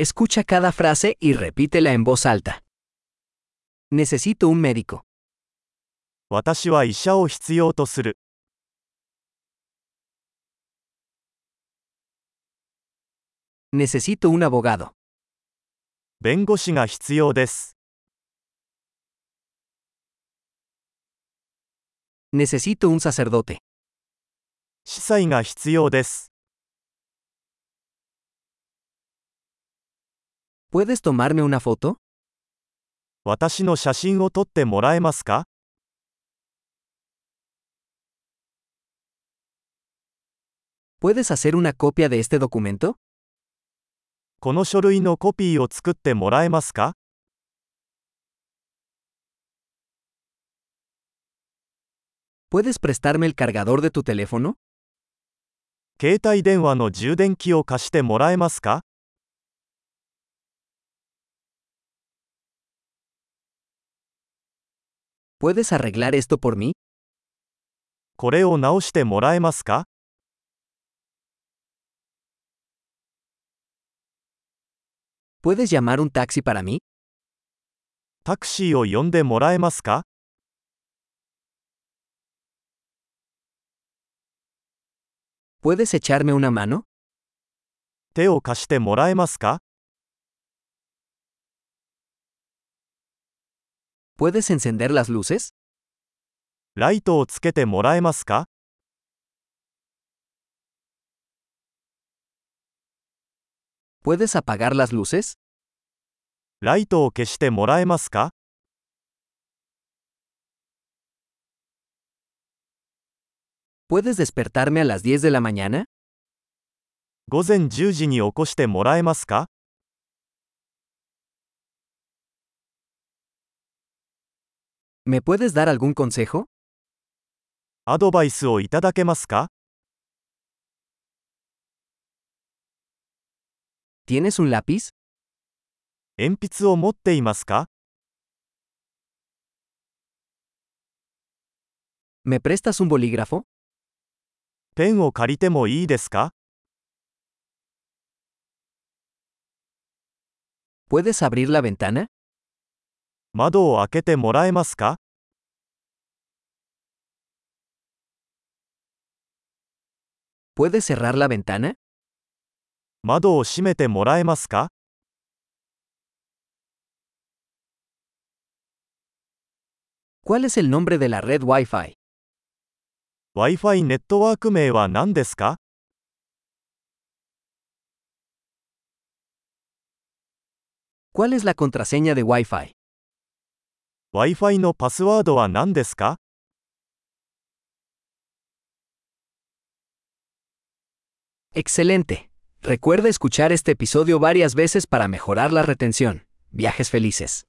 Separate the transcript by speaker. Speaker 1: Escucha cada frase y repítela en voz alta. Necesito un médico.
Speaker 2: 私は医者を必要とする。
Speaker 1: Necesito un abogado.
Speaker 2: 弁護士が必要です。
Speaker 1: Necesito un sacerdote.
Speaker 2: 司祭が必要です。
Speaker 1: ¿Puedes tomarme una foto?
Speaker 2: 私の写真を撮ってもらえますか
Speaker 1: ¿Puedes hacer una copia de este documento?
Speaker 2: この書類のコピーを作ってもらえますか
Speaker 1: ¿Puedes prestarme el cargador de tu teléfono?
Speaker 2: 携帯電話の充電器を貸してもらえますか
Speaker 1: ¿Puedes arreglar esto por mí?
Speaker 2: これを直してもらえますか
Speaker 1: ¿Puedes llamar un taxi para mí?
Speaker 2: タクシーを呼んでもらえますか
Speaker 1: ¿Puedes echarme una mano?
Speaker 2: 手を貸してもらえますか
Speaker 1: ¿Puedes encender las luces?
Speaker 2: ライトをつけてもらえますか
Speaker 1: ¿Puedes apagar las luces?
Speaker 2: ライトを消してもらえますか
Speaker 1: ¿Puedes despertarme a las 10 de la mañana?
Speaker 2: 午前10時に起こしてもらえますか
Speaker 1: ¿Me puedes dar algún consejo?
Speaker 2: アドバイスをいただけますか
Speaker 1: ¿Tienes un lápiz?
Speaker 2: 鉛筆を持っていますか
Speaker 1: ¿Me prestas un bolígrafo?
Speaker 2: ペンを借りてもいいですか
Speaker 1: ¿Puedes abrir la ventana?
Speaker 2: 窓を開けてもらえますか
Speaker 1: ¿Puedes cerrar la ventana?
Speaker 2: 窓を閉めてもらえますか
Speaker 1: ¿Cuál es el nombre de la red Wi-Fi?
Speaker 2: ?Wi-Fi ネットワーク名は何ですか
Speaker 1: ¿Cuál es la contraseña de Wi-Fi?
Speaker 2: ?Wi-Fi のパスワードは何ですか
Speaker 1: Excelente. Recuerda escuchar este episodio varias veces para mejorar la retención. Viajes felices.